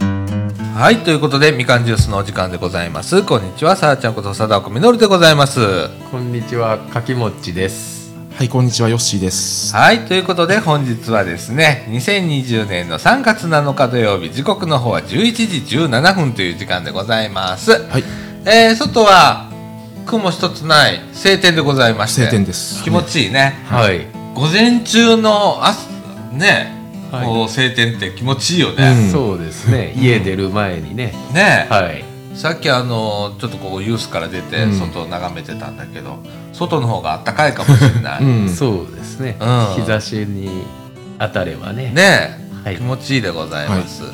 はいということでみかんジュースのお時間でございますこんにちはさあちゃんこと佐田みのるでございますこんにちは、かきもっちです。はい、こんにちは、ヨッシーです。はいということで本日はですね2020年の3月7日土曜日時刻の方は11時17分という時間でございます、はい、えー外は雲一つない晴天でございまして晴天です気持ちいいね、はい。午前中の朝ね、はいこう晴天って気持ちいいよね、うんそうですね。家出る前にね。ね、はい。さっきあのちょっとこうユースから出てうん外を眺めてたんだけど、外の方が暖かいかもしれない、うん、そうですね。うん日差しに当たればね。ねえ、はい気持ちいいでございます、ね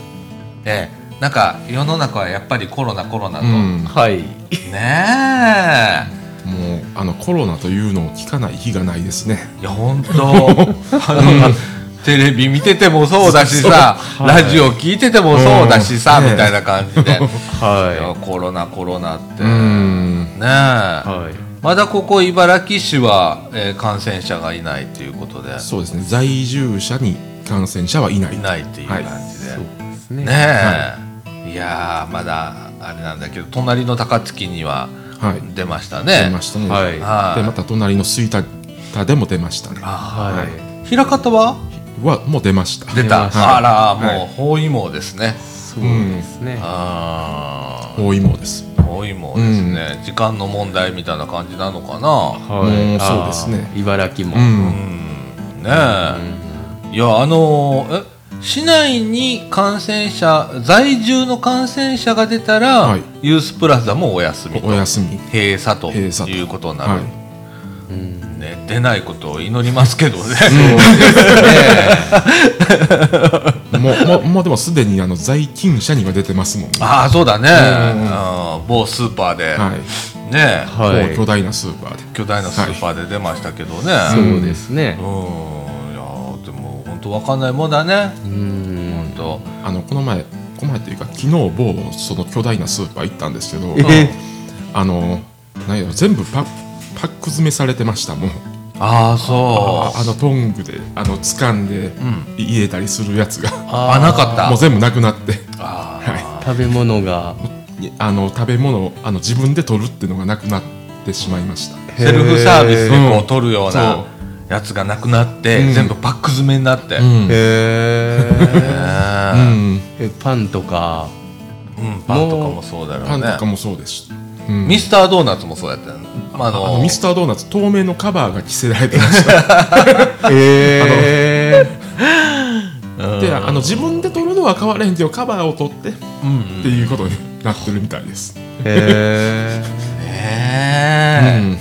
えなんか世の中はやっぱりコロナコロナと、うん、はい。ねもうあのコロナというのを聞かない日がないですね。えいや本 当あのテレビ見ててもそうだしさ、うはラいジオ聞いててもそうだしさ、うんねえみたいな感じで、 いやはコロナコロナって、うねん、え、い。はい。まだここ茨城市は、えー感染者がいないということでそうですね。在住者に感染者はいない。いないっていう感じで、そうですね。ねえ、い、やーまだあれなんだけど隣の高槻にははい、出ました出ねましたね。はいで、はいまた隣の吹田田でも出ましたね。あははいー枚方ははもう出ました。出出たましたあらはもう包囲網ですね、い。そうですね。あ多いもうです。あ包囲網ですね、時間の問題みたいな感じなのかなはうんい。あーそうですね茨城もう。、うんんねえ、いやあのーえ市内に感染者在住の感染者が出たら、はいユースプラザもお休みとお休み。閉鎖と閉鎖ということになはる、い、うんね、出ないことを祈りますけどね。もうもうもうでもすでにあの在勤者には出てますもんね。 ああそうだね、ううん某スーパーで、はい、ねはもうい巨。大なスーパーで。巨大なスーパーで出ましたけどね、そうですねう。んいやーでも本当わかんないもんだねうん本。当あのこの前この前というか昨日某その巨大なスーパー行ったんですけどえあのなんやろ全部パパック詰めされてましたもんああそああのトングであの掴んでううんい入れたりするやつがあなかったもう全部なくなってあー、は食べ物が。いあの食べ物をあの自分で取るっていうのがなくなってしまいましたセルフサービスでこううん取るようそなうやつがなくなって、うん全部パック詰めになって、ねんへうえん え。パンとか。うん、パンとかもそうだろうねパンとかもそうですしうんミスタードーナツもそうやったよね、まあ、ああののミスタードーナツ透明のカバーが着せられてましたええ。であの自分で取るのは変わらへんけどカバーを取ってっうんうんていうことになってるみたいです、へうねん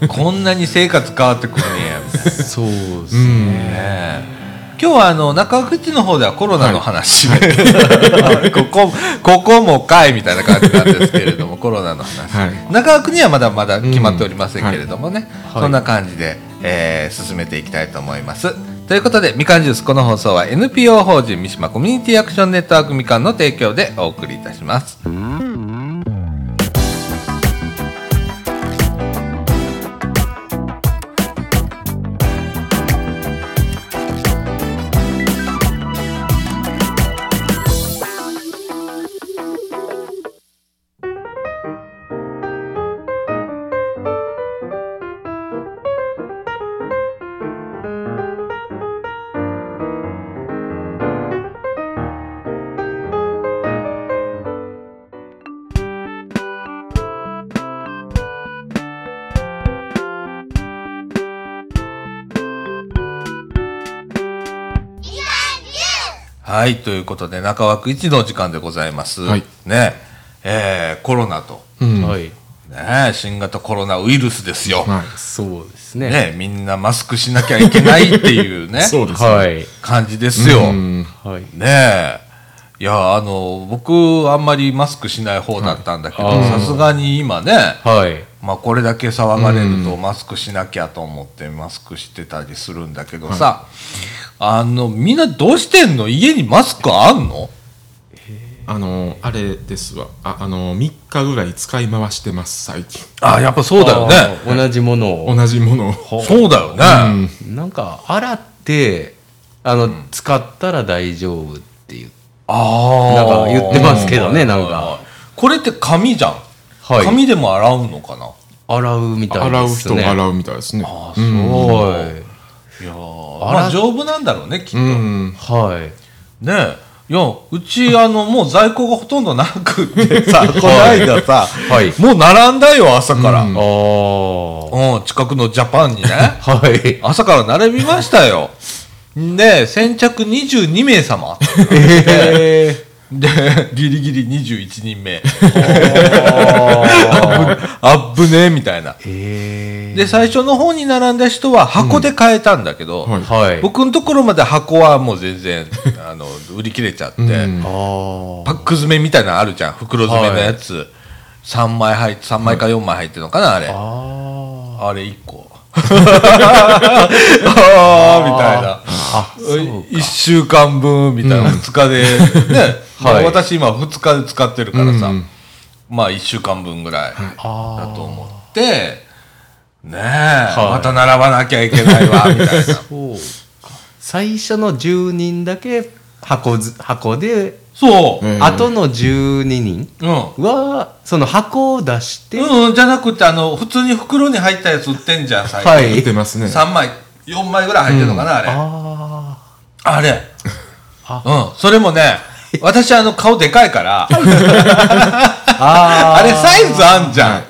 えこんなに生活変わってくるねやみたいえ。そうですうね。んなねえ 今日はあの中口の方ではコロナの話、 ここここもかいみたいな感じなんですけれども コロナの話、はい中口にはまだまだ決まっておりませんけれどもね、はいそんな感じで、えー進めていきたいと思いますということでみかんジュースこの放送は NPO 法人三島コミュニティアクションネットワークみかんの提供でお送りいたしますはいということで中枠一のお時間でございます、はいねえーコロナと、うんは、はいい。ねえ、新型コロナウイルスですよ、そうですね。ねえ、みんなマスクしなきゃいけないっていうね そうですねはい。感じですよ、うんはい。ねえいやあの僕あんまりマスクしない方だったんだけどはいあーさすがに今ね、はい。まあ、これだけ騒がれるとマスクしなきゃと思ってマスクしてたりするんだけどさ、あのみんなどうしてんの家にマスクあんのあのあれですわああの3日ぐらい使い回してます最近あやっぱそうだよねあー。同じものを。同じものをそうだよね、なんか、洗って、あの、使ったら大丈夫って言っああなんか言ってますけどねなんかこれって紙じゃん、はい紙でも洗うのかな洗うみたい洗でうす人ねが洗うみたいですね。あうそうんはいいやーまあ丈夫なんだろうねきっと、うねん。はいえいやうちあのもう在庫がほとんどなくって さこの間さ、はいもう並んだよ朝から、ううんんああ近くのジャパンにね はい朝から並びましたよで先着22名様え えでギリギリ21人 目ああっぶねえみたいなーえで最初の方に並んだ人は箱で買えたんだけど、はい。はい僕のところまで箱はもう全 然あの売り切れちゃって、うんあーパック詰めみたいなのあるじゃん袋詰めのやつ、3枚入って3枚か4枚入ってるのかなあれああれ1個 ああみたいな1週間分みたいな2日 で、ね、はい私今2日で使ってるからさ、うんまあ1週間分ぐらいあだーと思ってねえ、また並ばなきゃいけない わみたいなそうか最初の10人だけ箱ず箱で、そう、うん後の12人うんはその箱を出して、うんうん、じゃなくて、あの、普通に袋に入ったやつ売ってんじゃん、最近。はい出てますね。 3枚、4枚ぐらい入ってるのかな、あれ。ああれ。あうん、それもね、私、あの、顔でかい から、ーああれサイズあんじゃん。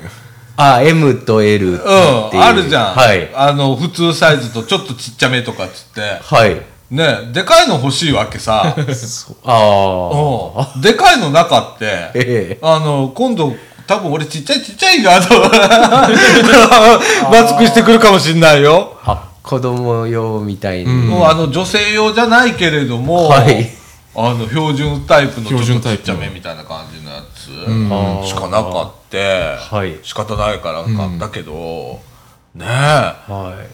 あ M と L っていううん、あるじゃん。はいあの、普通サイズとちょっとちっちゃめとかっつって。はいね、でかいの欲しいわけ さ。そうあうん。でかいのなかって。ーええあの、今度、多分俺ちっちゃいちっちゃいが、あと、マスクしてくるかもしんないよ。あ子供用みたいに、うんもうあの、女性用じゃないけれども、はいあの、標準タイプのちょっと標準ちタイっプちゃめみたいな感じのやつ、んあーしかなかって、はい仕方ないから買ったけど、ねえ。は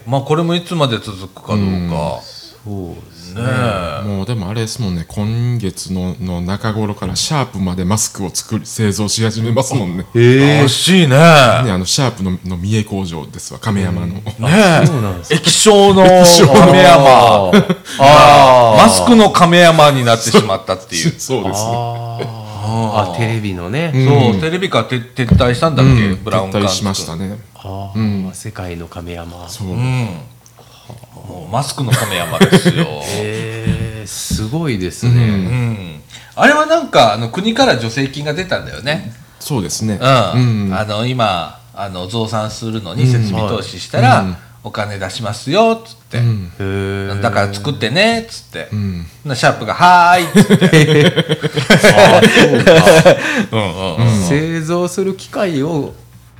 いまあ、これもいつまで続くかどうか。そうですねねえ。もうでもあれですもんね、今月のの中頃からシャープまでマスクを作り製造し始めますもんね。ね惜しいね。ねあのシャープのの三重工場ですわ、亀山の。えそうなんで。す液晶の亀山。あーあーマスクの亀山になってしまったっていう。 そうですね。あーあテレビのね、んそう、テレビから撤撤退したんだっけ、ブラウン撤管退としましたね。ああ、世界の亀山そう。うん。もうマスクの亀山です よ。えー、すごいですね、うん。あれはなんか、あの、国から助成金が出たんだよね。そうですね。うん。あの、今、あの、増産するのに設備投資したら、お金出しますよ、つって。うん。へえだから作ってね、つって。うん。なシャープが、はーい、つって。うんうんうん。製造する機械を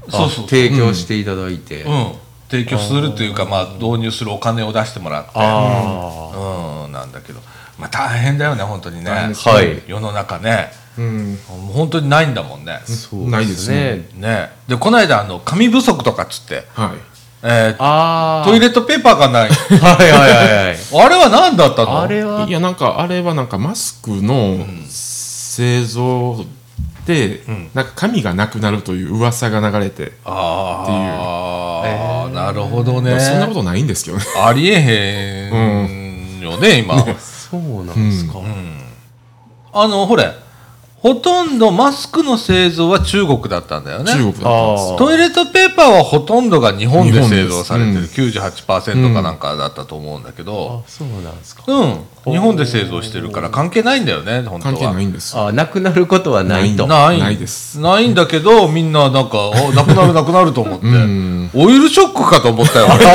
あそうそう提供していただいて、うん、提供するというかまあ、導入するお金を出してもらってあうん、なんだけど、まあ、大変だよね本当にね、大変ですねはい世の中ねうん。もう本当にないんだもんね。あそうないでですすねねねでこの間あの紙不足とかっつって、はい。えーああトイレットペーパーが ないはいはいはいはいあれは何だったの あれはいやなんかあれはなんかマスクの製造で、なんか紙がなくなるという噂が流れて、あーなるほどねまあそんなことないんですけどねありえへんよね、今 そうなんですか、あのほれほとんどマスクの製造は中国だったんだよね中国だったんですあトイレットペーパーはほとんどが日本で製造されて日る、本です98%かなんかだったと思うんだけあど、そうなんですかうん、日本で製造してるから関係ないんだよね、本当は。関係ないんですよあなくなることはないとないですないんだけど、みんななんか、おなくなるなくなると思って、んオイルショックかと思 ったよ。俺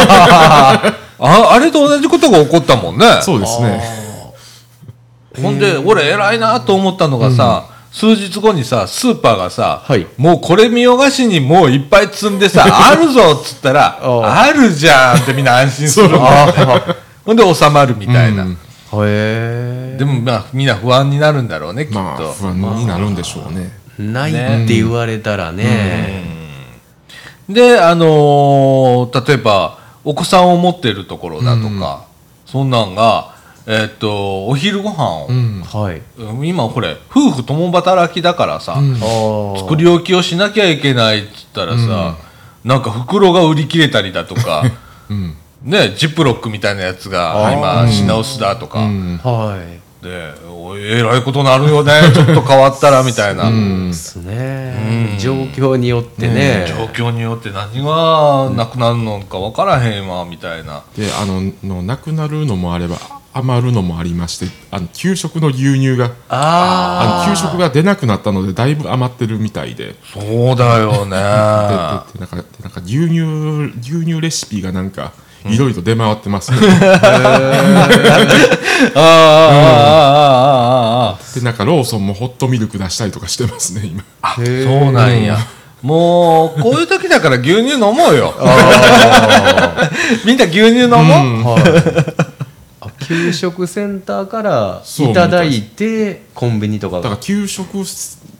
ああれと同じことが起こったもんね。そうですねほんで、俺偉いなと思ったのがさ、数日後にさ、スーパーがさ、はいもうこれ見よがしにもういっぱい積んで さ、あるぞっつったら、おうあるじゃんってみんな安心する の。ほんで収まるみたいな。うんへえでもまあみんな不安になるんだろうね、きっと。まあ不安になるんでしょうね、ないって言われたらねで、あのー例えば、お子さんを持ってるところだとか、そんなんが、えっと、お昼ご飯を、うんはい今これ、夫婦共働きだからさ、うん作り置きをしなきゃいけないっつったらさ、なんか袋が売り切れたりだと かうんねジップロックみたいなやつがあー今品薄だとか、うんはいでおいえらいことなるよね ちょっと変わったらみたいな、ですね、状況によってね状況によって何がなくなるのか分からへんわみたいな、であののなくなるのもあれば余るのもありましてあの給食の牛乳があの給食が出なくなったのでだいぶ余ってるみたいでそうだよ ねでででなんかでなんか牛乳牛乳レシピがなんかいろいろ出回ってますね、ああああああああでなんかローソンもホットミルク出したりとかしてますね今そうなんや。もう、こういう時だから牛乳飲もうよ。 みんな牛乳飲もう。あ給食センターからそういただいてコンビニとかだかがら給食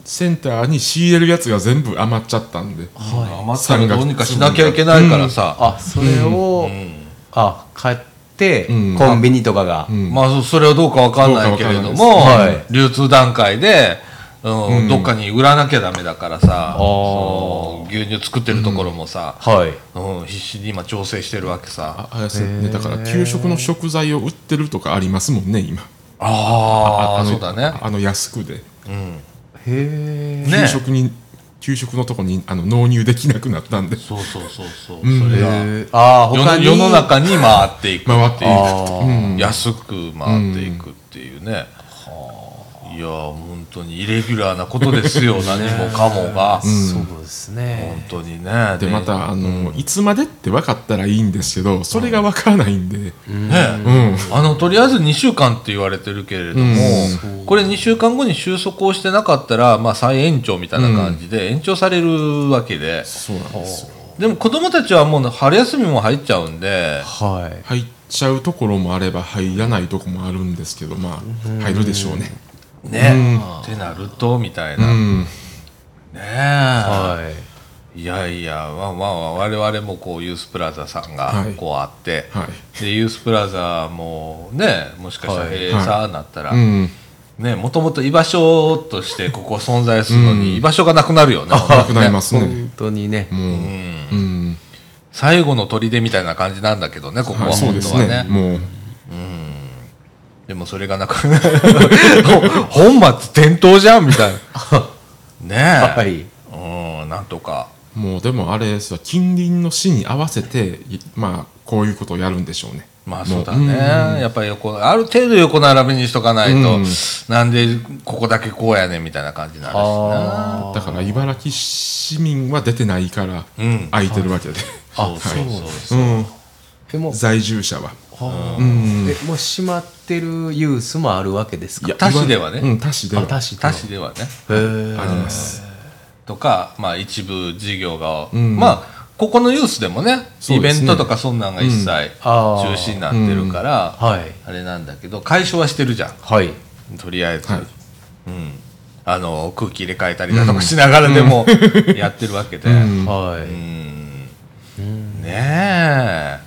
センターに仕入れるやつが全部余っちゃったんで、余ったらどうにかしなきゃいけないからさ。あそれを、あ買って、うんコンビニとかが、うんまあ、そそれはどうかわかんないけれどどうもかわからないで、流通段階で、うんどっかに売らなきゃダメだからさ、そう牛乳作ってるところもさ、はいうん必死に今調整してるわけさ。ああれですねだから給食の食材を売ってるとかありますもんね今ああ、のそうだね。あの安くでへね給食に給食のとこにあの納入できなくなったんでそうそうそうそう。それがえああ世の他に世の中に回っていく回っていくあうん安く回っていくっていうね、いやー本当にイレギュラーなことですよ何もかもが、そうですね本当にねでまたあの、いつまでって分かったらいいんですけどそれが分からないんで、ね、うんあのとりあえず2週間って言われてるけれども、これ2週間後に収束をしてなかったら、まあ、再延長みたいな感じで延長されるわけで、そうなんですよでも子どもたちはもう春休みも入っちゃうんで、はい入っちゃうところもあれば入らないとこもあるんですけどまあ入るでしょうねね、ってなるとみたいな、ねうんえ、はいいやいや、まあまあ、我々もこうユースプラザさんがはいこうあって、はいでユースプラザもね、もしかしたらはい閉鎖になったら、うんね、もともと居場所としてここ存在するのに居場所がなくなるよね。なくなりますね本当にね、もううん最後の砦みたいな感じなんだけどね、ここははいそう本で当すはね。ねもうでもそれがなくなる。本末転倒じゃんみたいな。ねえ。はいうん、なんとか。もうでもあれですよ近隣の市に合わせていまあこういうことをやるんでしょうねまあもそうだね、やっぱり横ある程度横並びにしとかないと、うんなんでここだけこうやねんみたいな感じになるしなあだから茨城市民は出てないからうん空いてるわけで、そうそうそうそう、うんえもう在住者ははあうんえもう閉まってるユースもあるわけですかや他市ではねうん他市ではあ他市他市ではねへえありますとか、まあ、一部事業が、んまあここのユースでもねそうイでベすねントとかそんなんが一切中あー止になってるから、うんはいあれなんだけど解消はしてるじゃはいんとりあえず、はいうん、あの空気入れ替えたりだとかしながらでもやってるわけで。うんはういんねえ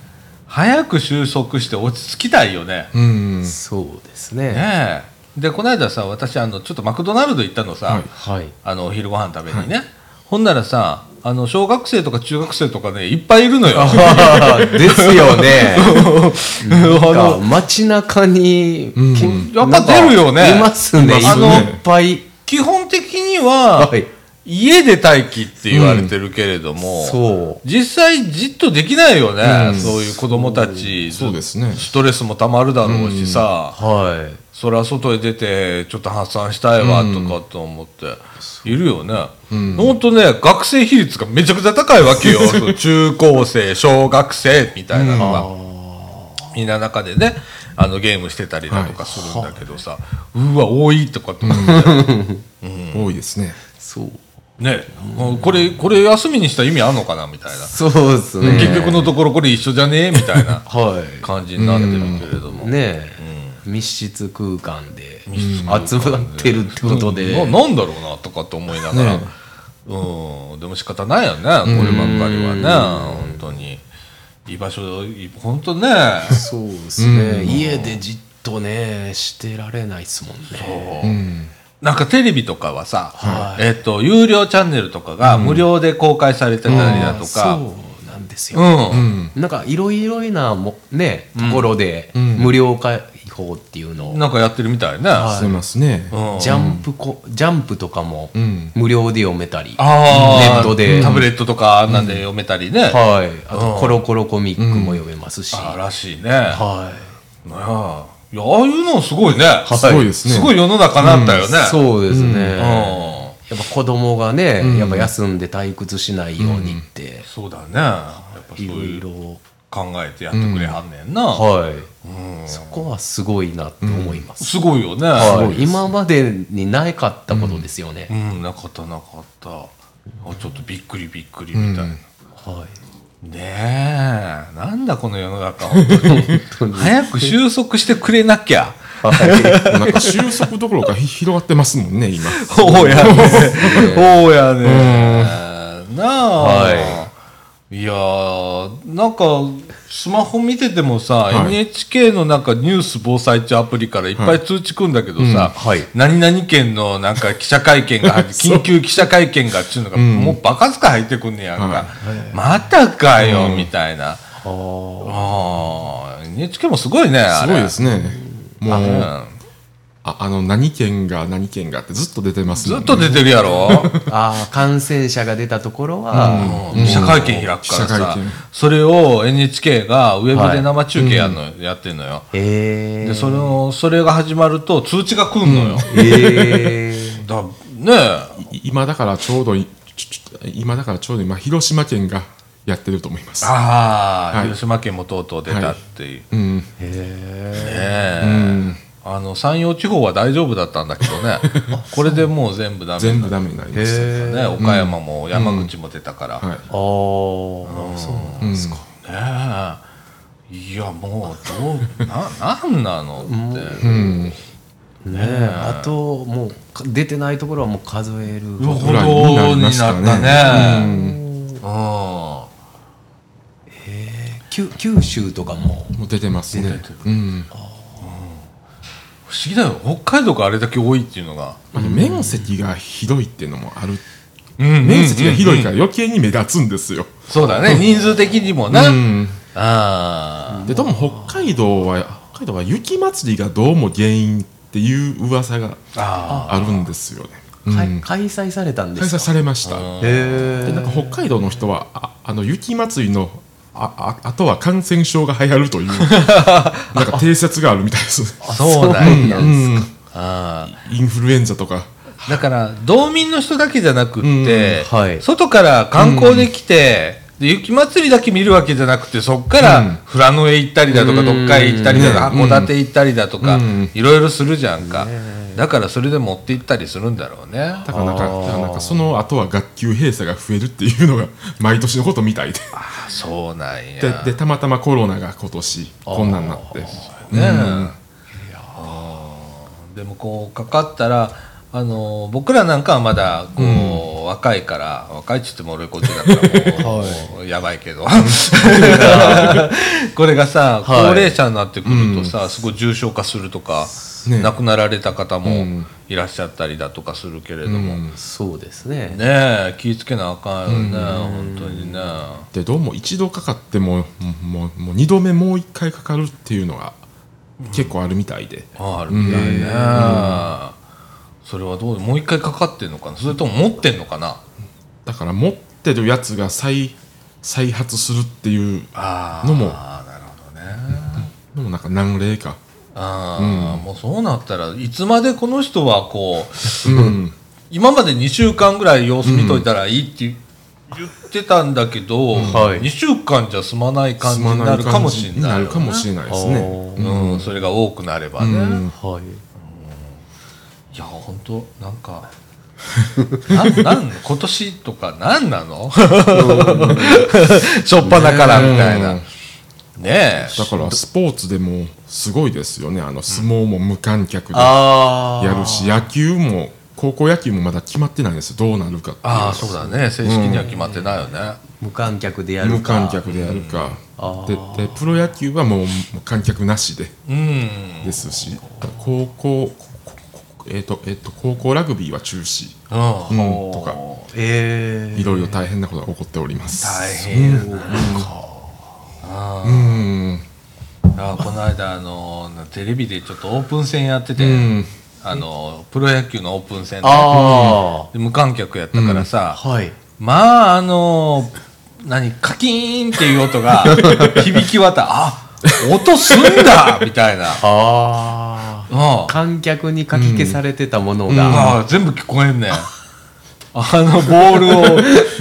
早く収束して落ち着きたいよね。うんそうですねねえでこの間さ私あのちょっとマクドナルド行ったのさ、はいはいあのお昼ご飯食べにね、ほんならさあの小学生とか中学生とかねいっぱいいるのよ。 あー ですよ ねあなんかの街中に、んきやっぱ出るよねなんかいますねいますあのねいっぱい基本的には、はい家で待機って言われてるけれども、そ実際じっとできないよね、うんそういう子供たちそうですねストレスもたまるだろうしさ、うはいそりゃ外へ出てちょっと発散したいわうとんかと思って、いるよね、んほんとね学生比率がめちゃくちゃ高いわけよその中高生小学生みたいなのが、みんな中でねあのゲームしてたりだとかするんだけどさ、うわ多いとかと思って、多いですねそうねもうこれこれ休みにした意味あんのかなみたいな、そうですね結局のところこれ一緒じゃねえみたいなは感じになってるけれども、いねえ、密室空間で密室空間で集まってるってことで、ななんだろうなとかって思いながら、うんでも仕方ないよねこればっかりはね本当に居場所い本当ね そうですね、家でじっとねしてられないですもんねなんかテレビとかはさ、はいえっと有料チャンネルとかが無料で公開されてたりだとか、うんそうなんですよ、なんかいろいろなもねところで無料化法っていうのをなんかやってるみたいね。してますね。うんジャンプこ、ジャンプとかもん無料で読めたり、あーネットでタブレットとかあんなんで読めたりね。はい、あとコロコロコミックも読めますし、あはらしいね。い、ねあいやああいうのすごいね。すごいですねすごい世の中なったよね。うそうですね、ん。やっぱ子供がね、やっぱ休んで退屈しないようにって、そうだね。やっぱそういろいいうろ、考えてやってくれはんねんな。はい、そこはすごいなって思います。すごいよね。はい、今までにないかったことですよね。うん、なかったなかった。あちょっとびっくりびっくりみたいな。ね はい、え、なんだこの世の中、本当に。早く収束してくれなきゃ。もうなんか収束どころかひ広がってますもんね、今。 そうやね。そうやね。なあ。、はいやーなんか、スマホ見ててもさ、はい NHK のなんかニュース防災庁アプリからいっぱい通知くんだけどさ、はいうんはい何々県のなんか記者会見が 入って、緊急記者会見がっていうのが、もうバカずか入ってくんねやんか。はいまたかよ、みたいな。あーあー NHK もすごいね、あすれ。ごいですね。もううんああの何県が何県がってずっと出てますずもんっねと出てるやろあー、感染者が出たところは、記者会見開くから記者さ会見それを NHK がウェブで生中継やんの、やってんのよえでー、それをそれが始まると通知が来んのよ、えー。だねえい今だからちょうどいちょちょ今だからちょうど今広島県がやってると思います。ああ、はい広島県もとうとう出たっていう、うん、ねえあの山陽地方は大丈夫だったんだけど ねこれでもう全部ダメ全にな部っダメになりました。たね岡山も山口も出たから、はい。ああ、そうなんですか。ねえいやもうどうななんなのって、ねえ、あともうか出てないところはもう数えるほぐらいどになにりなまっしたねたね。うん。九九州とかももう出てますね。てるうん。不思議だよ。北海道があれだけ多いっていうのが。あの面積が広いっていうのもある。うん面積が広いから余計に目立つんですよ。そうだね。人数的にもな。うん。ああ。で、多分北海道は北海道は雪祭りがどうも原因っていう噂がああるんですよね。開,、開催されたんで開す催か。されました。へえでなんか北海道の人はああの雪祭りのあああとは感染症が流行る というなんか定説があるみたいですあ。そうなんや。うんああインフルエンザとかだから、道民の人だけじゃなくって、うんはい外から観光で来て、で雪祭りだけ見るわけじゃなくて、そっから富良野へ行ったりだとか、うんどっかへ行ったりだとか、ね函館行ったりだとかうん、いろいろするじゃんか。だから、それで持って行ったりするんだろうね。だからなんかあーだからなんかその後は学級閉鎖が増えるっていうのが 毎年のことみたいでそうなんや。ででたまたまコロナが今年こんなんなってねえ、うんでもこうかかったらあの僕らなんかはまだこう、若いから若いっつっても俺こっちだから もう、もうやばいけ どこれが さ高はい齢者になってくるとさ、すごい重症化するとか、ね亡くなられた方うもんいらっしゃったりだとかするけれどうも、んそうですね。ねえ気ぃつけなあかんよね、本当にね。でどうも一度かかってももうもう2度目もう1回かかるっていうのが結構あるみたいで、あるみたいね、それはどうもう一回かかってんのかなそれとも持ってんのかなだから持ってるやつが再再発するっていうあのもあなるほどねでもなんか何例か。ああ、もうそうなったらいつまでこの人はこううん。今まで2週間ぐらい様子見といたらいいって言ってたんだけど、はい2週間じゃ済まない感じになるかもしれない,、なるかもしれないですね。うん、それが多くなればね、うんはい。いや本当なんかななん今年とか何なのしょっぱなからみたいなねえだからスポーツでもすごいですよね。あの相撲も無観客でやああ。るし、野球も高校野球もまだ決まってないんですよ。どうなるかっていうああそうだね正式には決まってないよね、無観客でやるか。無観。客でやるかあ。ででプロ野球はもうもう観客なしでうんですし、高校ここえっ、とえっ、と高校ラグビーは中止、うんうん、とかええいろいろ大変なことが起こっております。大変やなうん。あーこの間あのなんテレビでちょっとオープン戦やってて、うんあのプロ野球のオープン戦であで無観客やったからさ、あ、はい。まああの何カキーンっていう音が響き渡あ音すんだみたいな。あうんあ。観客にかき消されてたものが、ああ全部聞こえんねんあのボールを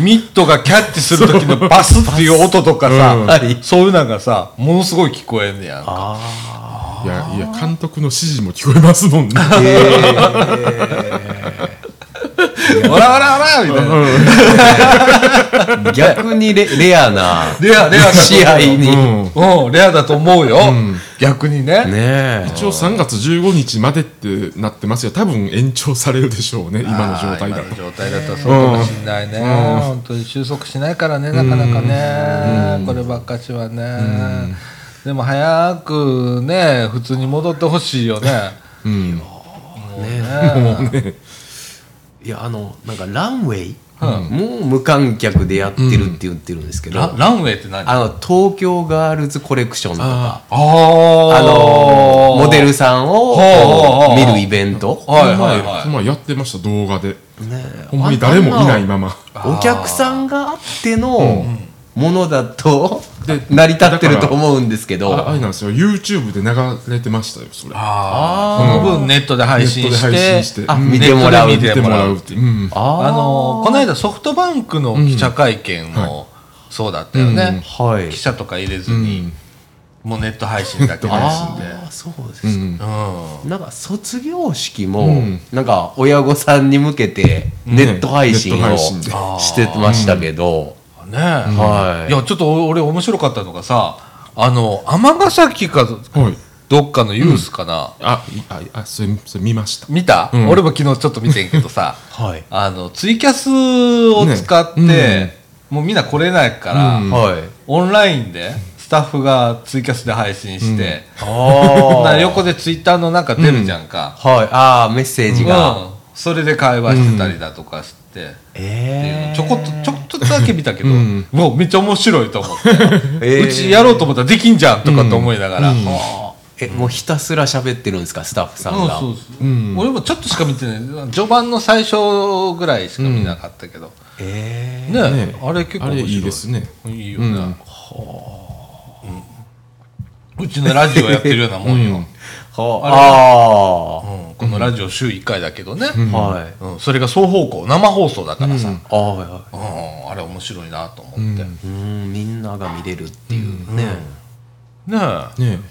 ミットがキャッチする時のバスっていう音とかさ、うんそういうのがさものすごい聞こえんねやんかいやいや監督の指示も聞こえますもんね オラオラオラみたいな、 逆にレレアなレアレアだと思うよ試合に。うんうんレアだと思うよ、逆にねねえ。一応3月15日までってなってますよ多分延長されるでしょうね今の状あ態あだ今のと状態だったらそうかもしんないね、本当に収束しないからねなかなかね、こればっかしはね、でも早くね普通に戻ってほしいよね、うんねいやあのなんかランウェイ、もう無観客でやってるって言ってるんですけど、ラランウェイって何あの東京ガールズコレクションとかあーあのモデルさんをほうほうほう見るイベント、はいはいこのは前やってました動画でねほんまに誰もいないままお客さんがあってのものだと、成り立ってると思うんですけどああれなんですよ YouTube で流れてましたよそれあその分ネットで配信してネットで配信してあうん見てもらうネットで見見ててももららうっうていう、うん、ああのこの間ソフトバンクの記者会見もそうだったよね、ーはい記者とか入れずに、もうネット配信だけ配信であーそうです、うんうんなんか卒業式も、んなんか親御さんに向けてネット配信ネットを配信でしてましたけど、ねえ、はいいやちょっと俺面白かったのがさあの尼崎かはいどっかのユースかな、あいああそれそれ見ました見た、ん俺も昨日ちょっと見てんけどさはいあのツイキャスを使って、ねもうみんな来れないから、うんはいオンラインでスタッフがツイキャスで配信して、あなあ横でツイッターのなんか出るじゃんか、はい、ああメッセーうジんが、それで会話してたりだとかして。っていうのええちょこっとちょこっとだけ見たけど、んもうめっちゃ面白いと思って、えーうちやろうと思ったらできんじゃんとかと思いながら、あえもうひたすら喋ってるんですかスタッフさあんが、うんそうそう俺もちょっとしか見てない序盤の最初ぐらいしか見なかったけど、ええねねあれ結構あ面れ白いいいですねいいよね、はあ、うんうちのラジオやってるようなもんよ、 はあうんこのラジオ週1回だけどね、あーはいうんそれが双方向生放送だからさ、うんああはあれ面白いなと思って、ねいうんみんなが見れるっていう、えねほ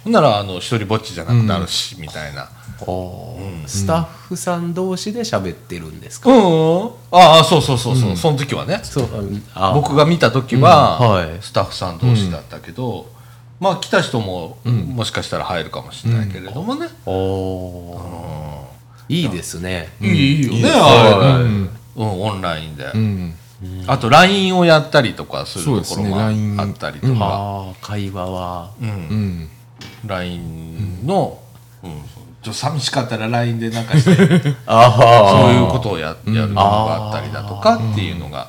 んならあの一人ぼっちじゃなくなるし、みたいなあースタッフさん同士で喋ってるんですか、うんああそうそうそうそう、その時はねそうあ僕が見た時は、うんはいスタッフさん同士だったけど、まあ来た人も、もしかしたら入るかもしれないけれどもね、おおいいですねいいいいよね、いいですあれ、ううんんオンラインで、うんあと LINE をやったりとかするとこそうろですねもあ LINE ったりとか、ああ会話はうんうん、 LINE の、うんちょっと寂しかったら LINE でなんかして あそういうことをややるのがあったりだとかっていうのが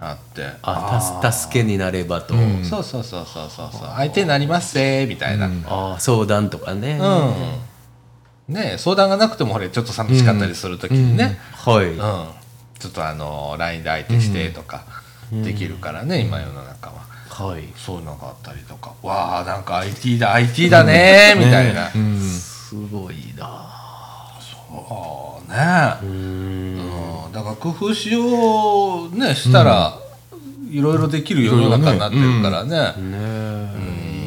あって、あたす助けになればと、そうそうそうそうそうそう相手になりますせーみたいな、うんああ相談とかね、ねえ相談がなくてもほれちょっと寂しかったりする時にね、はい、うんちょっとあの LINE で相手してとかできるからね、今世の中は。はいそういうのがあったりとか、わあ、なんか IT だ、IT だねー、みたいな。すごいなああねうんだから工夫しようねしたら、いろいろできる世の中になってるからねね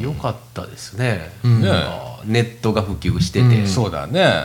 えよかったですね、ねあーネットが普及してて、そうだね、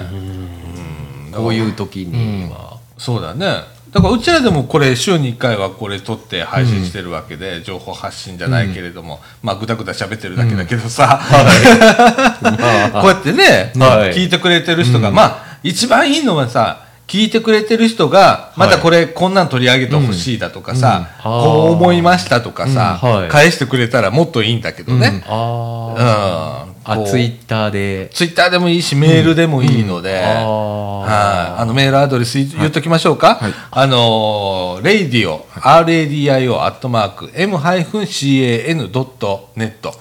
こういう時には、そうだねだからうちらでもこれ週に1回はこれ撮って配信してるわけで、情報発信じゃないけれども、まあぐだぐだ喋ってるだけだけどさ、 こうやってね、はい聞いてくれてる人が、まあ一番いいのはさ聞いてくれてる人がまたこれこんなん取り上げてほしいだとかさ、うんうんこう思いましたとかさ、うんはい返してくれたらもっといいんだけどね、うんああこあうツイッターでツイッターでもいいしメールでもいいので、あーはいあのメールアドレス言っときましょうか、はいあのー radio radio アットマーク m ハイフン c a n ドットネット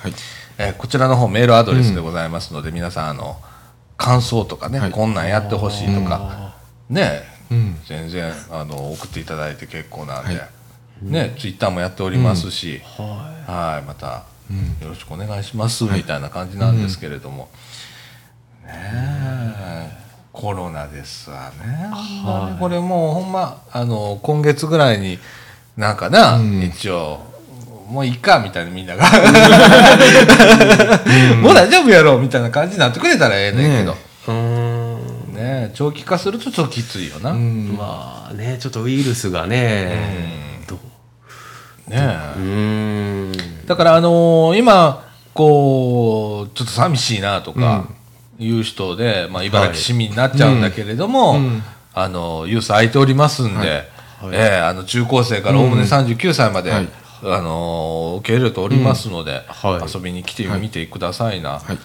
はいこちらの方メールアドレスでございますので、皆さんあの感想とかね、はいこんなんやってほしいとか、ねうん全然あの送っていただいて結構なんで、はいねツイッターもやっておりますし、ははいまたうんよろしくお願いしますはいみたいな感じなんですけれども、ねえコロナですわね、これもうほんまあの今月ぐらいになんかな、うん一応もういいかみたいなみんながもう大丈夫やろみたいな感じになってくれたらええねんけど、ねいうーんねえ長期化するとちょっときついよな、うねんまあねちょっとウイルスがねどうえうーんだから、あのー今こうちょっと寂しいなとかいう人で、まあ、茨城市民になっちゃうんだけれども、うんうんあのユース空いておりますんで、ええあの中高生からおおむね39歳まで、はいあのー受け入れておりますので、うんはい遊びに来てはいみてくださいな、はい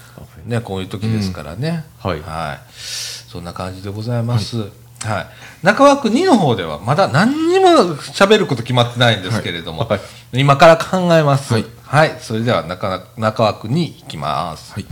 ね、こういう時ですからね、うんはいそんな感じでございます。はい中枠2の方ではまだ何にも喋ること決まってないんですけれども、今から考えます。ははいい、それでは中中枠に行きます。はい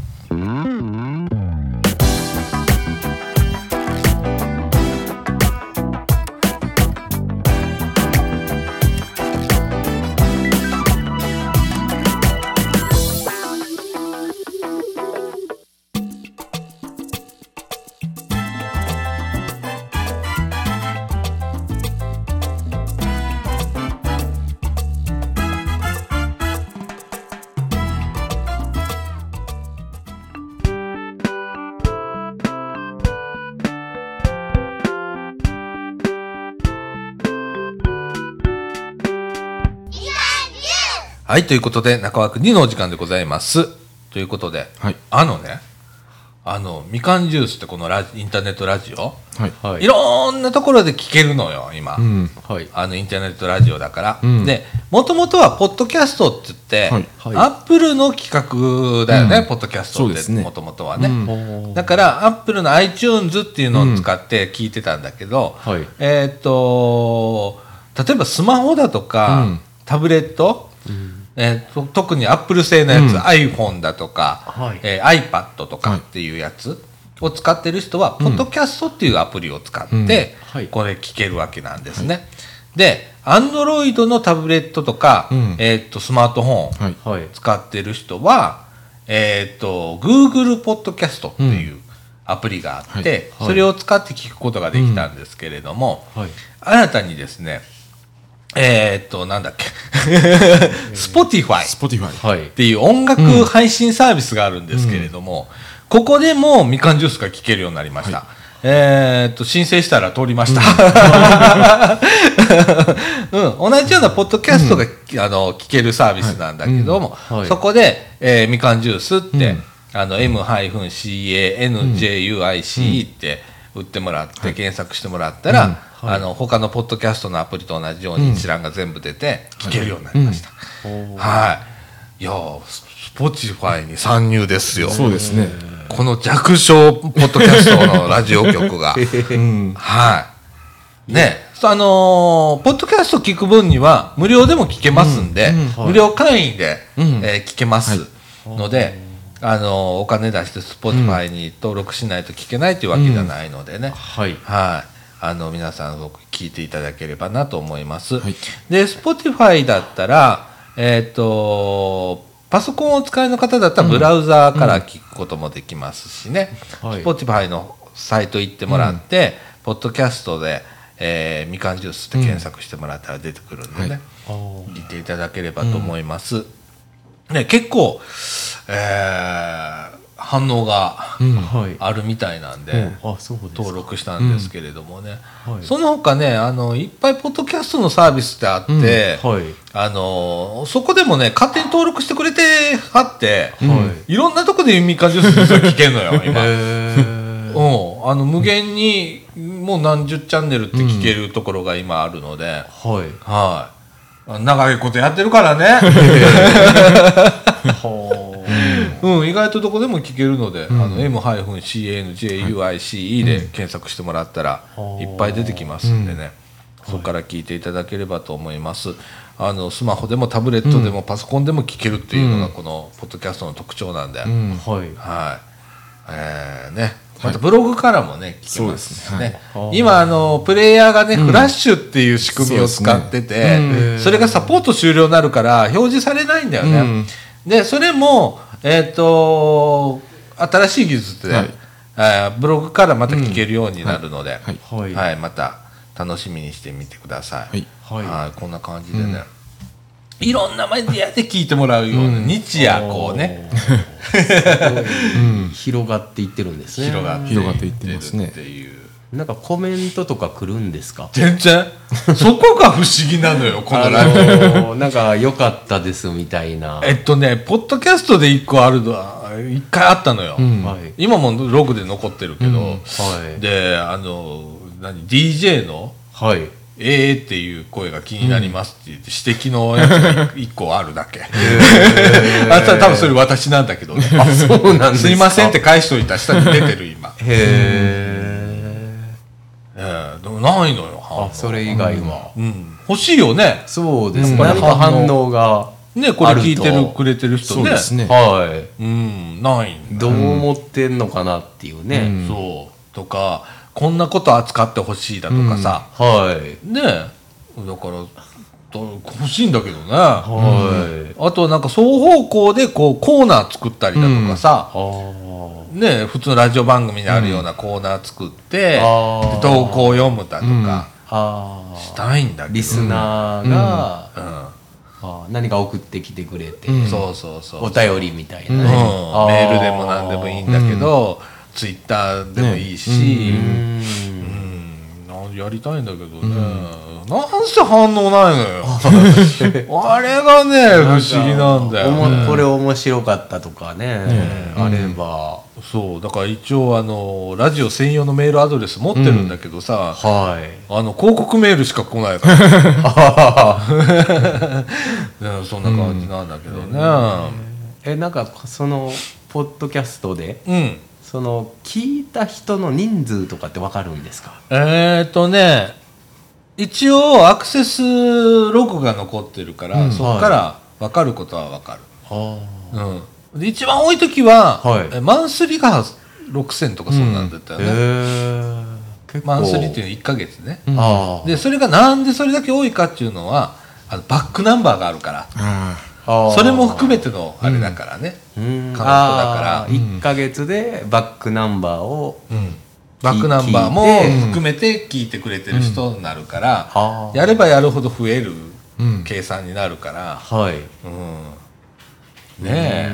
はい、ということで中枠2のお時間でございます。ということで、はいあのね、あの、みかんジュースってこのラジインターネットラジオ、、はいはいろんなところで聞けるのよ、今。うんはいあのインターネットラジオだから、うんでもともとはポッドキャストって言って、はいはいアップルの企画だよね、うんポッドキャスそトうでっすてねもともとはね、うんだからアップルの iTunes っていうのを使って聞いてたんだけど、うんはいえーっ、と例えばスマホだとか、うんタブレット、えーと特にアップル製のやつ、うん iPhone だとか、はいえー iPad とかはいっていうやつを使ってる人は、ポッドキャストっていうアプリを使って、うんはいこれ聞けるわけなんですね。で、アンドロイドのタブレットとか、うんえーっと、スマートフォンははいい使ってる人は、えーっと、Google ポッドキャストっていうアプリがあって、はいそれを使って聞くことができたんですけれども、はい新たにですね、えーっと、なんだっ け、Spotify スポティファイはいっていう音楽配信サービスがあるんですけれども、ここでもみかんジュースが聴けるようになりました。えーっと、申請したら通りました。 うん、同じようなポッドキャストが、あの聞けるサービスなんだけども、うんはいそこで、えーみかんジュースって、うんあの M-CANJUICE って打ってもらって、検索してもらったら、あの他のポッドキャストのアプリと同じように一覧が全部出て聞けるようになりました。はい。いやー、ススポティファイに参入ですよ。そうですねこの弱小ポッドキャストのラジオ局 が。うんはい。ね、そうあのーポッドキャスト聞く分には無料でも聞けますんで、うんうんはい無料会員で、うんえー聞けますので、あのーお金出して Spotify に登録しないと聞けないというわけじゃないのでね、はいはい、あの皆さんご聞いていただければなと思います。はいで、Spotify だったら、えっ、と、パソコンをお使いの方だったらブラウザーから聞くこともできますしね、うんはい Spotify のサイト行ってもらって、ポッドキャストで、えーみかんジュースって検索してもらったら出てくるんでね、はいあー聞いていただければと思います。ね、結構、えー反応がうんはいあるみたいなんで、あそうです登録したんですけれどもね、うんはいその他ねあのいっぱいポッドキャストのサービスってあって、うんはいあのそこでもね勝手に登録してくれてはって、、はいろんなとこでみかんジュースの人が聞けん のよ今。へーうん、あの無限にもう何十チャンネルって聞けるところが今あるので、はい はい長いことやってるからね、うん、意外とどこでも聞けるので、あの M-CANJUICE で検索してもらったらいっぱい出てきますんでね、そこから聞いていただければと思いますあのスマホでもタブレットでもパソコンでも聞けるっていうのがこのポッドキャストの特徴なんで、うんはいはいえーねまたブログからもね、聞きそうまですすねね。今、あの、プレイヤーがね、フラッシュっていう仕組みを使ってて、それがサポート終了になるから、表示されないんだよね。うんで、それも、えっ、と、新しい技術で、はいあーブログからまた聞けるようになるので、はいはいはいまた楽しみにしてみてください。はいはいこんな感じでね、いろんなメディアで聞いてもらうような、日夜こうね、広がっていってるんですね広がって広がっていってますねっていう。なんかコメントとか来るんですか全然そこが不思議なのよこのライブ、あのーなんか良かったですみたいな、えっとねポッドキャストで1個あるのは1回あったのよ、はい今もログで残ってるけど、はいであの何 DJ のはい「ええー」っていう声が気になりますって言って指摘のやつが1個あるだけ、 あた多分それ私なんだけどね「 そうなんですかすいません」って返しといた下に出てる今、へええーでもないのよあそれ以外は、うん、欲しいよねそうですねやっぱ何りか反応反応がねこれ聞いてあるるとくれてる人ねそうですねはうんないんだいどう思ってんのかなっていうね、そうとかこんなこと扱ってほしいだとかさ、はいねえだからど欲しいんだけどねあはい、となんか双方向でこうコーナー作ったりだとかさ、あねえ普通のラジオ番組にあるようなコーナー作って、あでー投稿を読むだとかああしあたいんだけど、リスナーが、うんあー何か送ってきてくれて、そうそうそうお便りみたいな、うねんあメールでも何でもいいんだけど、ツイッターでもいいし、うんうんなんやりたいんだけどね、なんせ反応ないのよ あれがね不思議なんだおもよ、ね、これ面白かったとかね、あれば、そうだから一応あのラジオ専用のメールアドレス持ってるんだけどさ、はいあの広告メールしか来ない から、ね、そんな感じなんだけどね えなんかそのポッドキャストでうん、その聞いた人の人数とかってわかるんですかえー、っとね一応アクセスログが残ってるから、そこから分かることは分かる、うん、で一番多い時は、はいえマンスリが6000とかそうなんだったよへね、え結構マンスリっていうのは1ヶ月ね、あーでそれがなんでそれだけ多いかっていうのはあのバックナンバーがあるからああーそれも含めてのあれだからね、カうんウントだからあー1か月でバックナンバーを、あうんバックナンバーも聞いて含めて聞いてくれてる人になるから、あーやればやるほど増えるうん計算になるから、はいうん、ねえ、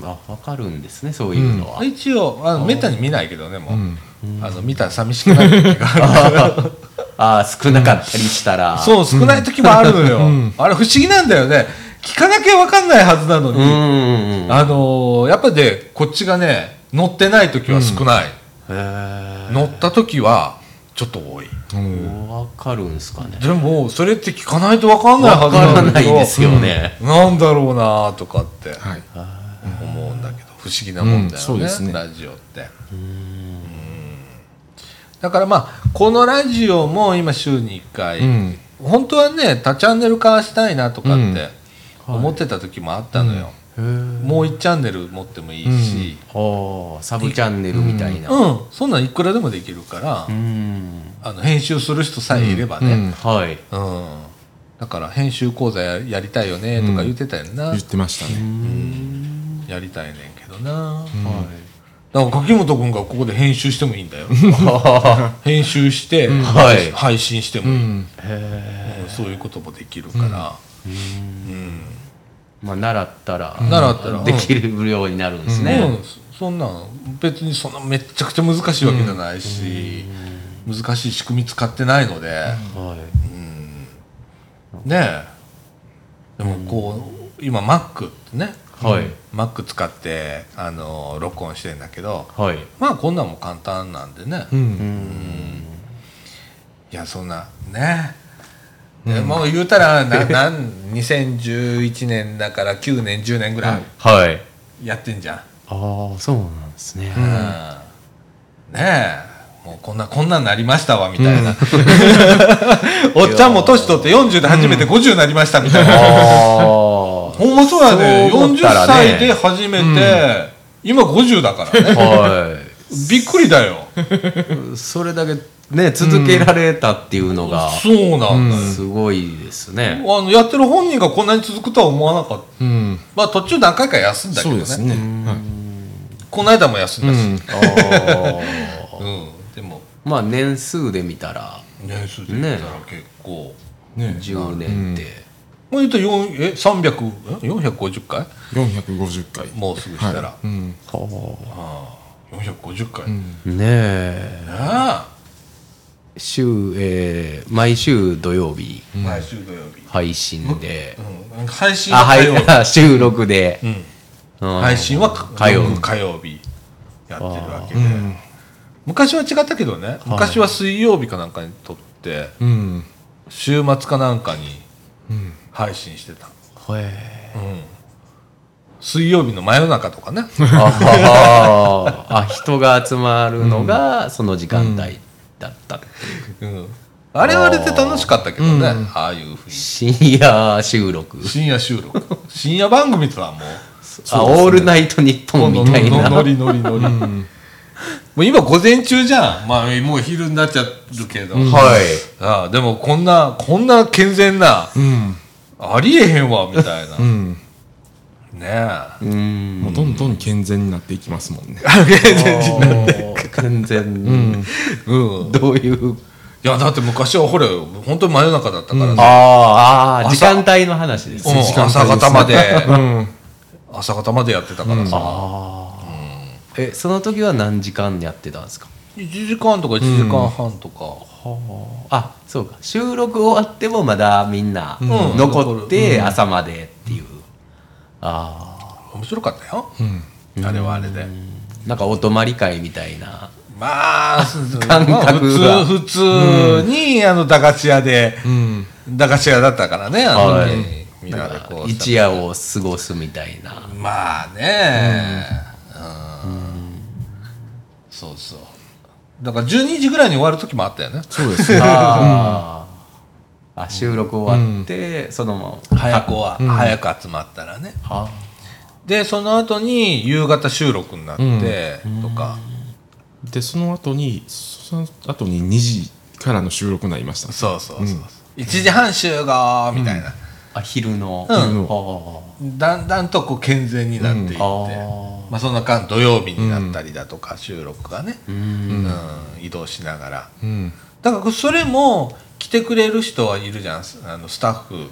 うんあ分かるんですねそういうのは、一応あのめったに見ないけどねもう、あの見たら寂しくなる時がある ああ少なかったりしたら、そう少ない時もあるのよ、 あれ不思議なんだよね聞かなきゃ分かんないはずなのに、うんうんうんあのーやっぱりねこっちがね乗ってない時は少ない、へ乗った時はちょっと多いえわかるんですかねでもそれって聞かないと分かんないはわずなからのないですよね、なんだろうなとかってはい思うんだけど不思議なもんだよね,、うんそうですねラジオってうんだからまあこのラジオも今週に1回、うん本当はね多チャンネル化したいなとかって思ってた時もあったのよ、もう1チャンネル持ってもいいし、おーサブチャンネルみたいなうんそんなんいくらでもできるから、うんあの編集する人さえいればね、はいうんだから編集講座ややりたいよねとか言ってたよな、言ってましたねやりたいねんけどな、はいだから柿本君がここで編集してもいいんだ よあ編集して、はい配信してもいい、うんうんそういうこともできるから、ーまあ習ったら習ったらできるようになるんですね、うんそそんなん別にそんなめっちゃくちゃ難しいわけじゃないし、難しい仕組み使ってないので、はいねえでもこう、今 Mac ってね、はい、 Mac 使ってあの録音してんだけどはいまあこんなんも簡単なんでね、うんいやそんなね、えもう言うたらななん2011年だから9年10年ぐらはいいやってんじゃん、ああそうなんですね、うんねえもうこんなこんなんなりましたわみたいな、 おっちゃんも年取って40で初めて50になりましたみたいな、ああほんまそうやねそう思っ40たらね歳 で初めて、今50だからねはい。びっくりだよそれだけね続けられたっていうのがそうなんだよ、すごいですね、あのやってる本人がこんなに続くとは思わなかった、うん、まあ途中何回か休んだけそどうねですね、はいこの間も休んだし、あーうんでもまあ年数で見たら年数で言ったら結構、ね10年って、もう言うと4え300え450回450回もうすぐしたら、はいうん450回、ねねええ週、えー毎週土曜日毎週土曜日、配信で、うん、配信あはは火曜日、い 収録で、うんうん配信は火火曜日火曜日やってるわけで、昔は違ったけどね昔は水曜日かなんかに撮ってうん週末かなんかに配信してた、へえ水曜日の真夜中とかねああ人が集まるのがその時間帯だった、うんあれはあれで楽しかったけどね、ああいうふうに深夜収録深夜収録深夜番組とはもあオールナイトニッポうンみたいなノリノリノリノリもう今午前中じゃんまあもう昼になっちゃうけど、あはいあでもこんなこんな健全なうんありえへんわみたいな、うねんえうんもうどんどん健全になっていきますもんね健全人完 全にうんいどういうやだって昔はほれ本当に真夜中だったからさ、あーあー時朝間帯の話ですうんね朝方まで うん朝方までやってたからさ、えその時は何時間やってたんですか一1時間とか1時間半とか、あそうか収録終わってもまだみんなん残って朝までっていう、あ面白かったよ、あれはあれで、あなんかお泊まり会みたいなまあ感覚まあが普通普通に、あの駄菓子屋で、うん駄菓子屋だったからねあの時、はいみんなでこう一夜を過ごすみたいなまあねうん、そうそうだから12時ぐらいに終わる時もあったよねそうですねあーあ収録終わって、そのまま早くは、早く集まったらねあでその後に夕方収録になって、とかでその後にその後に2時からの収録になりましたそうそうそうそう、1時半集合みたいな、あ昼の、うんだんだんとこう健全になっていって、うんあまあ、その間土曜日になったりだとか、収録がね、うん移動しながらうんだからそれも来てくれる人はいるじゃんあのスタッフ、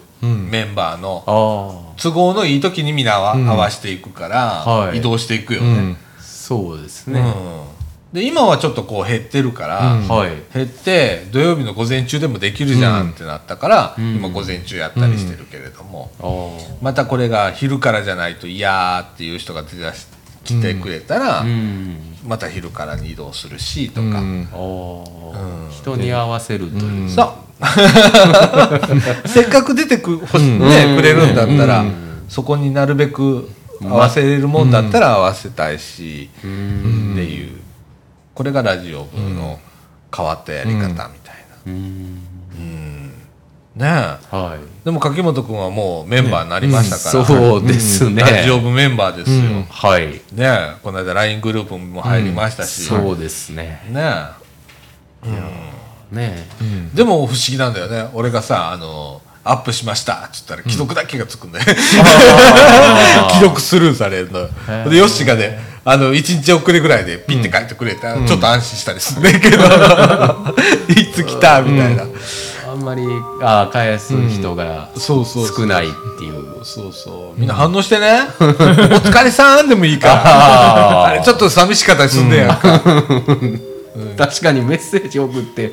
メンバーのああ都合のいい時に皆は合わせていくから、はい移動していくよね、あそうですうんね、で今はちょっとこう減ってるから、はい減って土曜日の午前中でもできるじゃんってなったから、今午前中やったりしてるけれども、ああまたこれが昼からじゃないと嫌っていう人が出だし来てくれたら、うんまた昼からに移動するしとうか、んああ人に合わせるという、 そうせっかく出てく,、ほしうんね、くれるんだったら、そこになるべく合わせれるもんだったら合わせたいし、っていうこれがラジオ部の変わったやり方みたいな、うんねえはいでも柿本君はもうメンバーになりましたから、そうですね、ラジオ部メンバーですよ、はいねえこの間 LINE グループも入りましたし、そうですねねねえでも不思議なんだよね俺がさあのアップしましたっつったら既読だけがつくんだよ、 既読スルーされるのでヨッシーがねあの1日遅れぐらいでピッて書いてくれたら、ちょっと安心したりするんだけ どいつ来たみたいな、あんまりあ返す人がそうそうそう少ないっていう、そうそうみんな反応してね「お疲れさん」でもいいからあーあれちょっと寂しかったりすんねやんか、確かにメッセージ送って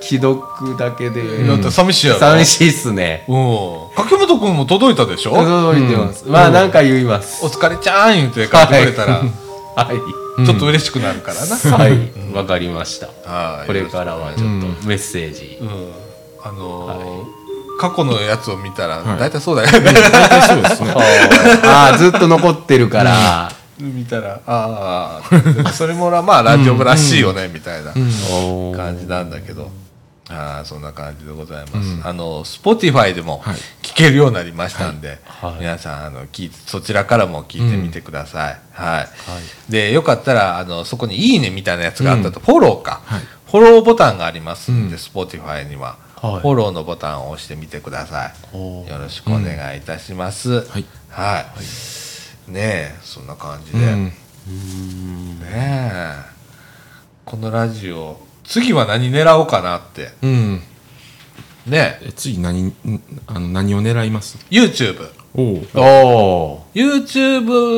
既読だけで、だって寂しいやろ寂しいっすねうん柿本君も届いたでしょ届いてます、まあなんか言います、お疲れちゃーん言って書いてくれたら、はちょっと嬉しくなるからな。いはいわかりましたはいこれからはちょっとメッセージ、うんあのー過去のやつを見たら、大体そうだよね。大体そうですねああずっと残ってるから、 見たら、ああ、それもらまあラジオ部らしいよね、みたいなおー感じなんだけど。ああそんな感じでございます、あの Spotify でも聞けるようになりましたんで、はい皆さんあの聞いてそちらからも聞いてみてください、はい、でよかったらあのそこに「いいね」みたいなやつがあったと、フォローか、はいフォローボタンがありますんで、Spotify には、はいフォローのボタンを押してみてくださおいよろしくお願いいたします、はいはいねえそんな感じで、うんねえこのラジオ次は何狙おうかなってうん、ねえ次何んあの何を狙います YouTubeYouTube おおうお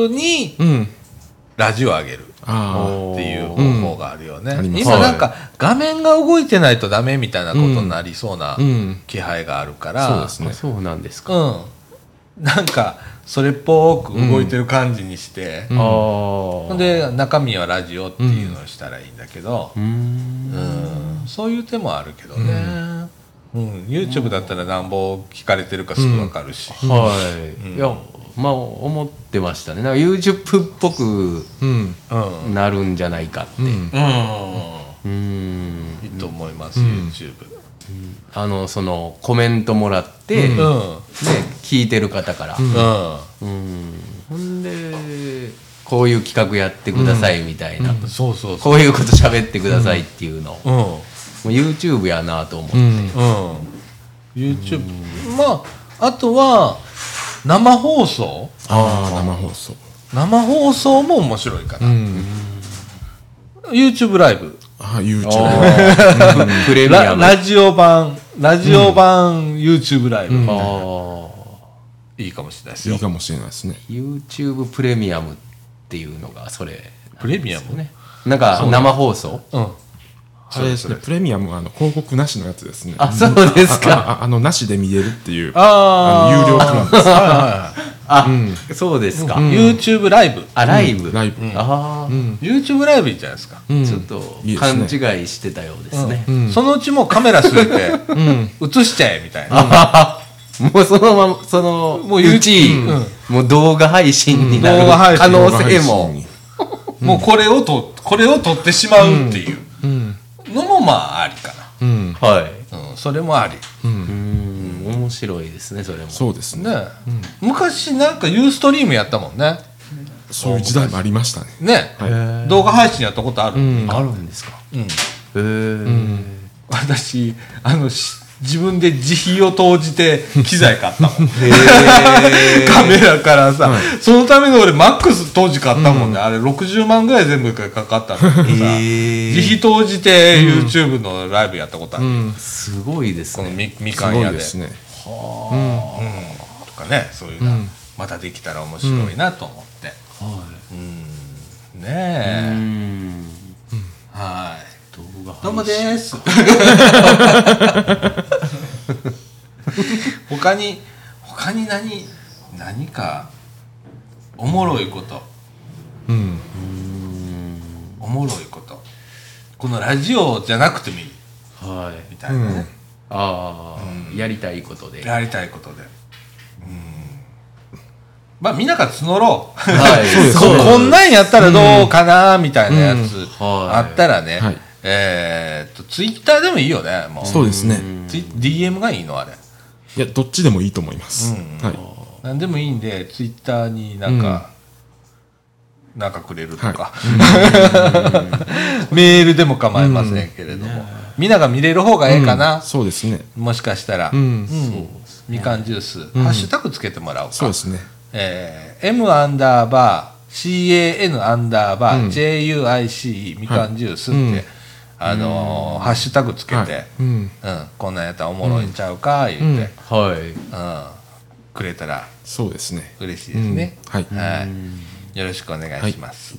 にうんラジオ上げるっあていう方法があるよね、うんあります今なんか画面が動いてないとダメみたいなことになりそうなあうん気配があるかそうら、ですーあねそうなんですか、うんなんかそれっぽく動いてる感じにして、うんあほあんで中身はラジオっていうのをしたらいいんだけどう、ーんうんそういう手もあるけどね、うん YouTube だったらなんぼ聞かれてるかすぐ分かるし、はい、うんいやまあ思ってましたねなんか YouTube っぽくうんうんうんなるんじゃないかって、ううんーんいいと思います、うん YouTube あのそのコメントもらって、うねん聞いてる方から、んううんほんでこういう企画やってくださいみたいな、んそうそうそこういうこと喋ってくださいっていうの、もううんう YouTube やなと思って、うんうん YouTube まああとは生放送ああ生放送生放送も面白いかうな、ん YouTube ライブあ YouTube あー プレミアラムラジオ版ラジオ版 YouTube ライブ、あうんーいいかもしれないですいよいかもしれないですね YouTube プレミアムっていうのがそれプレミアムねなんか生放送うんあれですねプレミアムはあの広告なしのやつですねあそうですかあああのなしで見れるっていうああの有料プランですあ、はいはいあ、そうですか、はい YouTube ライブあライブ、ライブああ、 YouTube ライブいいじゃないですか、うんちょっといいです勘ね違いしてたようですね。んそのうちもうカメラ据えてうん映しちゃえみたいな、ああもうそのまま、その、ももうう YouTube うち、もう動画配信になうん動る画配信可能性も。もうこれをとこれを撮ってしまうっていううんのもまあありかうんはい。な、うん、それもありうんうん、面白いですね、それも。そうですねね、昔なんかユーストリームやったもんねそういう時代もありましたねね、はい動画配信やったことある、んあるんですか。うんへえ。私あのし自分で自費を投じて機材買ったも んへカメラからさ、そのための俺マックス当時買ったもんね、あれ60万ぐらい全部かかったんだけどさ、え。自費投じて YouTube のライブやったことある、うんすごいですこのね。みみすかんご屋いでですねうん、とかねそういうの、またできたら面白いなと思って、はい。ねうえ、ん。はい動画配信どうもです 他に他に何何かおもろいことうんおもろいことこのラジオじゃなくてもいいはいみ。たいなね、ああ、やりたいことで。やりたいことでうんまあみんなが募ろうはい。ここんなんやったらどうかなみたいなやつ、うんはいあったらね、はいえーっとツイッターでもいいよねもうそうですねツイ DM がいいのあれいやどっちでもいいと思いますはい何でもいいんでツイッターになんか、なんかくれるとか、 メールでも構いませんけれども、みんなが見れる方がええかな、そうですねもしかしたら、うんうんみかんジュース、ハッシュタグつけてもらおうかそうですねえー M アンダーバー CAN アンダーバー JUICE みかんジュースって、うんあのーハッシュタグつけて、はいうんうん、こんなんやったらおもろいんちゃうか言って、うんうんはい。くれたらそうですね嬉しいですね、うんはいはい、よろしくお願いします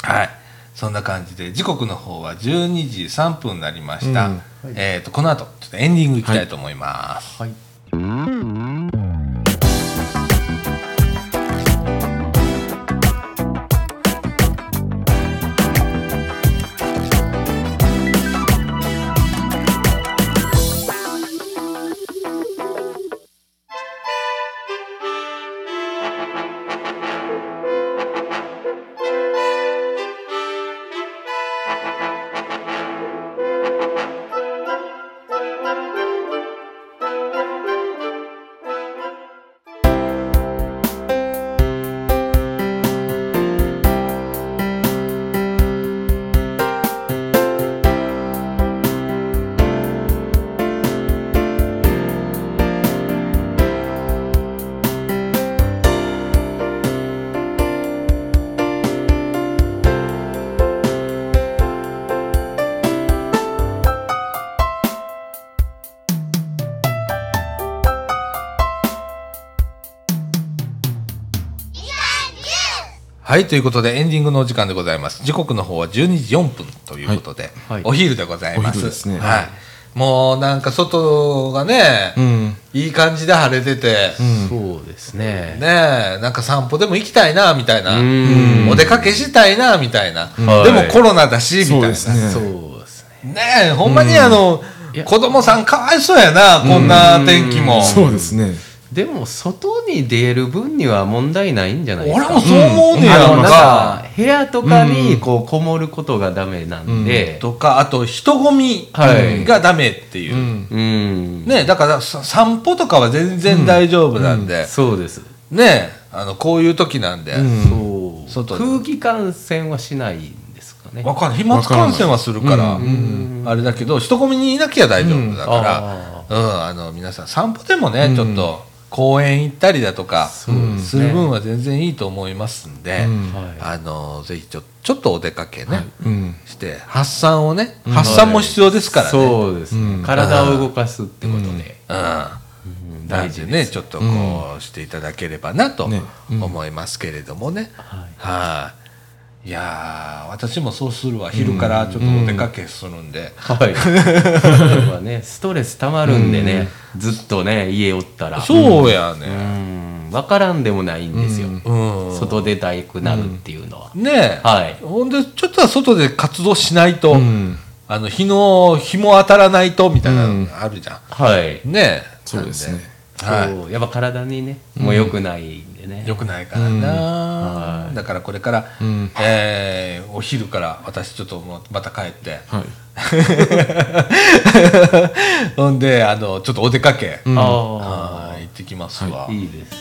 はい、そんな感じで時刻の方は12時3分になりました、うんえー、とこの後ちょっとエンディングいきたいと思います、はい。 「はい、ということでエンディングのお時間でございます。時刻の方は12時4分ということで、はいはいお昼でございます。お昼ですねはい。もうなんか外がね、うんいい感じで晴れてて、そうですねねえ、なんか散歩でも行きたいな、みたいな。うんお出かけしたいな、みたいな。はいでもコロナだし、みたいそうな。ですねそうですねねえ、ほんまにあの、いや子供さんかわいそうやな、こんな天気も。そうですねでも外に出る分には問題ないんじゃないですか俺もそう思うねやあのんなか。んか部屋とかにこうこもることがダメなんで、とか、あと人混みはいがダメっていう。うんうん、ねえ、だからさ散歩とかは全然大丈夫なんで、そうです、ねえ、あの、こういう時なんで。うんそう外で空気感染はしないんですかねわかんない。飛沫感染はするから、わからなあれだけど、人混みにいなきゃ大丈夫だかあら、うん、あの、皆さん散歩でもね、ちょっと公園行ったりだとか、そうですねする分は全然いいと思いますんで、うんはいあの、ぜひちょちょっとお出かけね、うんして、発散をね、発散も必要ですからね。そうですね、うん体を動かすってことで、うんうん大大事事ででねちょっとこうしていただければなとねうん思いますけれどもね、はいはいいやー私もそうするわ昼からちょっとお出かけするんで、はい、 それはねストレスたまるんでね、ずっとね家おったらそうやうねん分からんでもないんですよ、うん、外出たくなるっていうのは、ねえ、はいほんでちょっとは外で活動しないと、うんあの日の日も当たらないとみたいなうのんあるじゃん、はいねえそうですねなんではいそうやっぱ体にねもう良くないんでね、よくないからな、うんはいだからこれから、うんえーお昼から私ちょっともうまた帰って、はい ほんであのちょっとお出かけ、うんあはい行ってきますわ。はあいいいです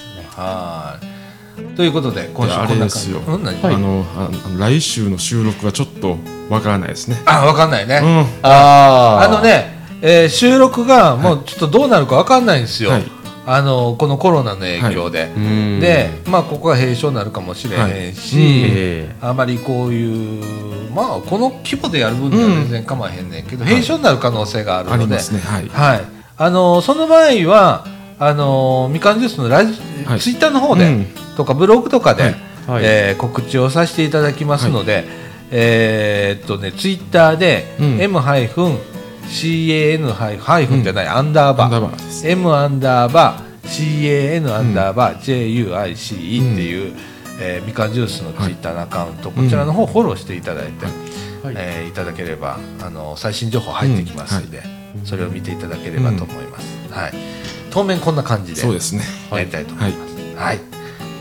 ねということで今週であこんれな感ですじ。よ、うん何あのああの来週の収録はちょっとわからないですねあわかんないね。うんああのね、えー収録がもうちょっとどうなるかわかんないんですよ。はいあのこのコロナの影響で、うんでまあここは閉所になるかもしれへんし、はいうんえあまりこういうまあこの規模でやる分には全然構わへんねんけど、閉所になる可能性があるありので、ますねはいはい、あのその場合はあのみかんジュースのラジ、はいツイッターの方で、うんとかブログとかで、はいはいえー告知をさせていただきますので、えーっとねツイッターで、うん M ハイフン CAN ハイハイフンじゃない、アンダーアバンダーーバーです、 M アンダーバー CAN アンダーバー JUICE っていう、えーみかんジュースのツイッターのアカウント、こちらの方フォローしていただいて、はいえーいただければあの最新情報入ってきますんで、それを見ていただければと思います、はい、当面こんな感じでそうですねやりたいと思います、はい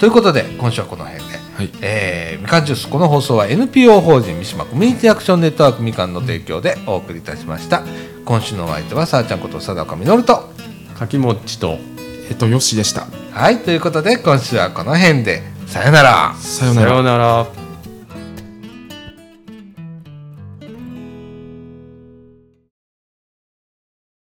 ということで今週はこの辺で、はいえーみかんジュースこの放送は NPO 法人三島コミュニティアクションネットワークみかんの提供でお送りいたしました今週のお相手はさあちゃんこと貞岡実とかきもっちとえっとよしでしたはいということで今週はこの辺でさよならさようさならようなら